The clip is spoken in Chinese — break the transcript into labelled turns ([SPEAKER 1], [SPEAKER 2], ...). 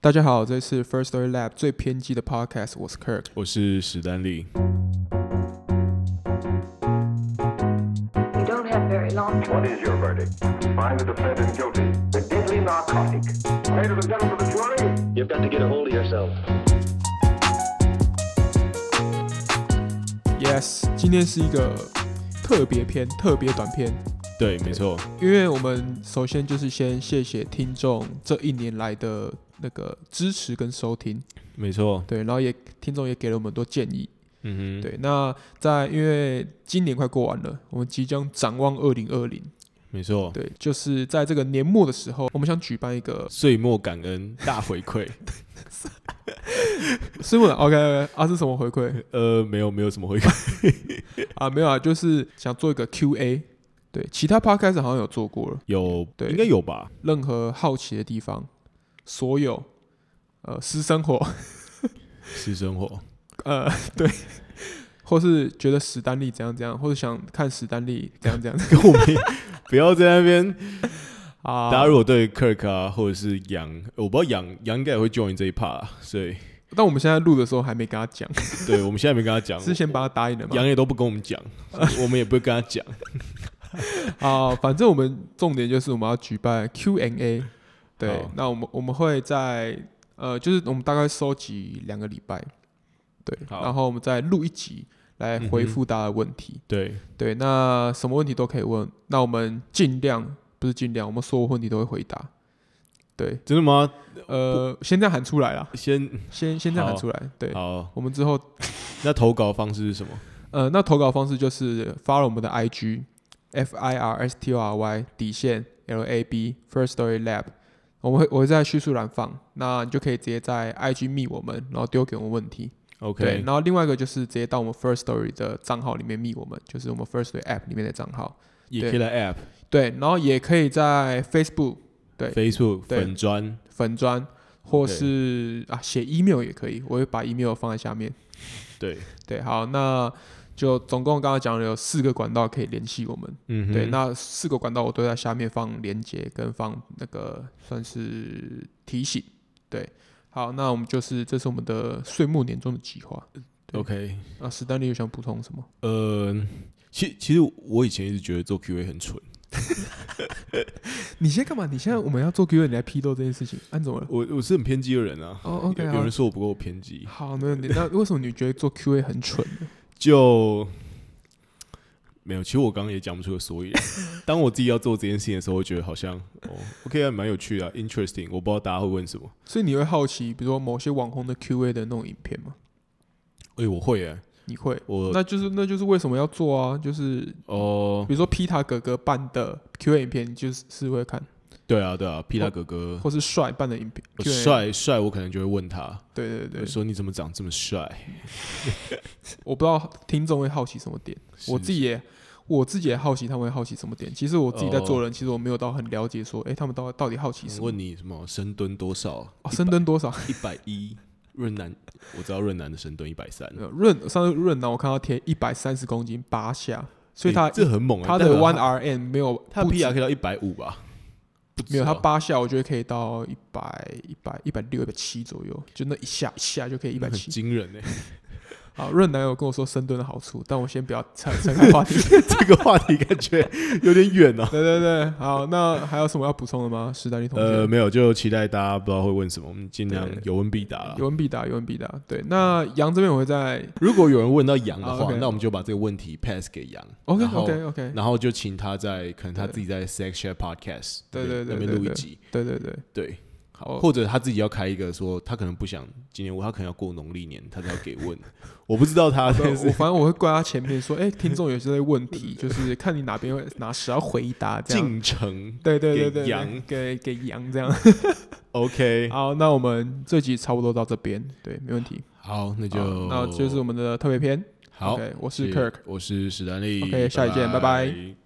[SPEAKER 1] 大家好，这是 First Story Lab 最偏激的 Podcast，我是 Kirk。
[SPEAKER 2] 我是史丹利。
[SPEAKER 3] You don't have very long.
[SPEAKER 4] What is your verdict? Find the defendant guilty. The deadly narcotic. Ladies and gentlemen of the jury,
[SPEAKER 5] You've got to get a hold of yourself.
[SPEAKER 1] Yes，今天是一个特别篇，特别短篇，
[SPEAKER 2] 对，没错，
[SPEAKER 1] 因为我们首先就是先谢谢听众这一年来的那个支持跟收听，
[SPEAKER 2] 没错。
[SPEAKER 1] 对，然后也听众也给了我们很多建议，
[SPEAKER 2] 嗯哼，
[SPEAKER 1] 对。那在因为今年快过完了，我们即将展望二零二零，
[SPEAKER 2] 没错。
[SPEAKER 1] 对，就是在这个年末的时候，我们想举办一个
[SPEAKER 2] 岁末感恩大 回馈，
[SPEAKER 1] 是不是 OK OK 啊？是什么回馈
[SPEAKER 2] 呃，没有，没有什么回馈。
[SPEAKER 1] 啊？没有啊，就是想做一个 QA。对，其他 podcast 好像有做过了。
[SPEAKER 2] 有，
[SPEAKER 1] 对
[SPEAKER 2] 应该有吧？
[SPEAKER 1] 任何好奇的地方，所有呃私生活，
[SPEAKER 2] 私生活，
[SPEAKER 1] 呃对，或是觉得史丹利怎样怎样，或者想看史丹利怎样怎 样
[SPEAKER 2] 跟我们不要在那边。
[SPEAKER 1] 啊，
[SPEAKER 2] 大家如果对 Kirk 啊，或者是杨，呃我不知道杨杨应该也会 join 这一 part，啊所以
[SPEAKER 1] 但我们现在录的时候还没跟他 讲，
[SPEAKER 2] 对我们现在没跟他 讲，
[SPEAKER 1] 是先把他答应了嘛
[SPEAKER 2] 杨？也都不跟我 们讲，我们也不会跟他讲。
[SPEAKER 1] 啊，反正我们重点就是我们要举办 Q&A，对
[SPEAKER 2] 好，
[SPEAKER 1] 那我们我们会在呃，就是我们大概收集两个礼拜，对，
[SPEAKER 2] 好嗯
[SPEAKER 1] 然后我们再录一集来回复大家的问题。
[SPEAKER 2] 对，
[SPEAKER 1] 对，那什么问题都可以问，那我们尽量不是尽量，我们所有问题都会回答。对，
[SPEAKER 2] 真的吗？
[SPEAKER 1] 呃，先这样喊出来啦，
[SPEAKER 2] 先
[SPEAKER 1] 先先这样喊
[SPEAKER 2] 好
[SPEAKER 1] 出来。对，
[SPEAKER 2] 好，
[SPEAKER 1] 我们之后
[SPEAKER 2] 那投稿方式是什么？
[SPEAKER 1] 呃，那投稿方式就是发了我们的 IG F I R S T O R Y 底线 L A B First Story Lab，我们会我会在叙述栏放，那你就可以直接在 IG 密我们，然后丢给我们问题。对，
[SPEAKER 2] OK，
[SPEAKER 1] 然后另外一个就是直接到我们 First Story 的账号里面密我们，就是我们 First Story App 里面的账号。
[SPEAKER 2] 也可以来 App、
[SPEAKER 1] 对，然后也可以在 Facebook 对
[SPEAKER 2] Facebook
[SPEAKER 1] 对
[SPEAKER 2] 粉砖，
[SPEAKER 1] 粉砖或
[SPEAKER 2] OK
[SPEAKER 1] 是啊写 email 也可以，我会把 email 放在下面。
[SPEAKER 2] 对，
[SPEAKER 1] 对，好，那就总共刚刚讲的有四个管道可以联系我们。
[SPEAKER 2] 嗯哼，
[SPEAKER 1] 对，那四个管道我都在下面放连接跟放那个算是提醒。对，好，那我们就是这是我们的岁末年终的计划。对
[SPEAKER 2] OK，
[SPEAKER 1] 啊，史丹利有想补充什么？
[SPEAKER 2] 呃，其其实我以前一直觉得做 QA 很蠢，
[SPEAKER 1] 你现在干嘛？你现在我们要做 Q&A，你来批斗这件事情，按、怎么了？
[SPEAKER 2] 我我是很偏激的人啊。
[SPEAKER 1] 哦，OK，
[SPEAKER 2] 有
[SPEAKER 1] 好
[SPEAKER 2] 有人说我不够偏激，
[SPEAKER 1] 好，没问题。那为什么你觉得做 Q&A 很蠢呢？
[SPEAKER 2] 就没有。其实我刚刚也讲不出个所 以然。当我自己要做这件事情的时候，我觉得好像哦，OK 啊，蛮有趣的、啊、，interesting。我不知道大家会问什么。
[SPEAKER 1] 所以你会好奇，比如说某些网红的 Q&A 的那种影片吗？
[SPEAKER 2] 哎、我会哎、
[SPEAKER 1] 你会？
[SPEAKER 2] 我
[SPEAKER 1] 那就是那就是为什么要做啊？就是
[SPEAKER 2] 哦
[SPEAKER 1] 比、如说皮塔哥哥扮的 Q&A 影片，就是是会看，
[SPEAKER 2] 对啊，对啊，皮大哥哥
[SPEAKER 1] 或是帅扮的影片。
[SPEAKER 2] 我
[SPEAKER 1] Q&A，
[SPEAKER 2] 帅帅，我可能就会问他，
[SPEAKER 1] 对对对
[SPEAKER 2] 我，说你怎么长这么帅？
[SPEAKER 1] 我不知道听众会好奇什么点，我自己也我自己也好奇他们会好奇什么点。其实我自己在做人，其实我没有到很了解说，诶，他们到底到底好奇什么？
[SPEAKER 2] 哦问你什么深蹲多少？
[SPEAKER 1] 哦、深蹲多少？
[SPEAKER 2] 一百一。润南，我知道润南的深蹲一百三，
[SPEAKER 1] 呃润上次润南我看到贴一百三十公斤八下，所以
[SPEAKER 2] 欸
[SPEAKER 1] 他、
[SPEAKER 2] 这很猛、欸，
[SPEAKER 1] 他
[SPEAKER 2] 代
[SPEAKER 1] 的
[SPEAKER 2] 表
[SPEAKER 1] one RM 没有
[SPEAKER 2] 他啊
[SPEAKER 1] 不
[SPEAKER 2] P
[SPEAKER 1] 止
[SPEAKER 2] R 可以到一百五吧？不啊知
[SPEAKER 1] 没有他
[SPEAKER 2] 道
[SPEAKER 1] 八下，我觉得可以到一百一百一百六一百七左右，就那一下一下就可以一
[SPEAKER 2] 那
[SPEAKER 1] 百
[SPEAKER 2] 很
[SPEAKER 1] 七。
[SPEAKER 2] 惊人呢、欸
[SPEAKER 1] 好，润南有跟我说深蹲的好处，但我先不要扯扯开 话题。
[SPEAKER 2] 这个话题感觉有点远哦、
[SPEAKER 1] 对对对，好，那还有什么要补充的吗？史丹利同学，
[SPEAKER 2] 呃，没有，就期待大家不知道会问什么，我们尽量
[SPEAKER 1] 对
[SPEAKER 2] 有问必答啦
[SPEAKER 1] 有问必答，有问必答。对，那杨这边我会在
[SPEAKER 2] 如果有人问到羊的
[SPEAKER 1] 啊
[SPEAKER 2] 话，
[SPEAKER 1] ，OK
[SPEAKER 2] 那我们就把这个问题 pass 给羊。
[SPEAKER 1] OK
[SPEAKER 2] 然后
[SPEAKER 1] OK OK，
[SPEAKER 2] 然后就请他在可能他
[SPEAKER 1] 对
[SPEAKER 2] 自己在 Sex Share Podcast
[SPEAKER 1] 对对
[SPEAKER 2] 那边
[SPEAKER 1] 对
[SPEAKER 2] 那边
[SPEAKER 1] 对
[SPEAKER 2] 录一
[SPEAKER 1] 对
[SPEAKER 2] 集，
[SPEAKER 1] 对对对，
[SPEAKER 2] 对，
[SPEAKER 1] 哦
[SPEAKER 2] 好，或者他自己要开一个说他可能不想今年我他可能要过农历年，他才要给问， 我不知道他，
[SPEAKER 1] 对
[SPEAKER 2] 但
[SPEAKER 1] 我
[SPEAKER 2] 是
[SPEAKER 1] 反正我会挂他前面说，哎，听众有些问题，就是看你哪边会哪时要回答这样。
[SPEAKER 2] 进程
[SPEAKER 1] 对对对
[SPEAKER 2] 给
[SPEAKER 1] 对，对
[SPEAKER 2] 羊
[SPEAKER 1] 给给羊这样。
[SPEAKER 2] OK，
[SPEAKER 1] 好，那我们这集差不多到这边，对，没问题。
[SPEAKER 2] 好，那就
[SPEAKER 1] 好那就是我们的特别篇。
[SPEAKER 2] 好
[SPEAKER 1] OK，我是
[SPEAKER 2] 谢谢
[SPEAKER 1] Kirk。
[SPEAKER 2] 我是史丹利
[SPEAKER 1] OK，下一见拜拜
[SPEAKER 2] 拜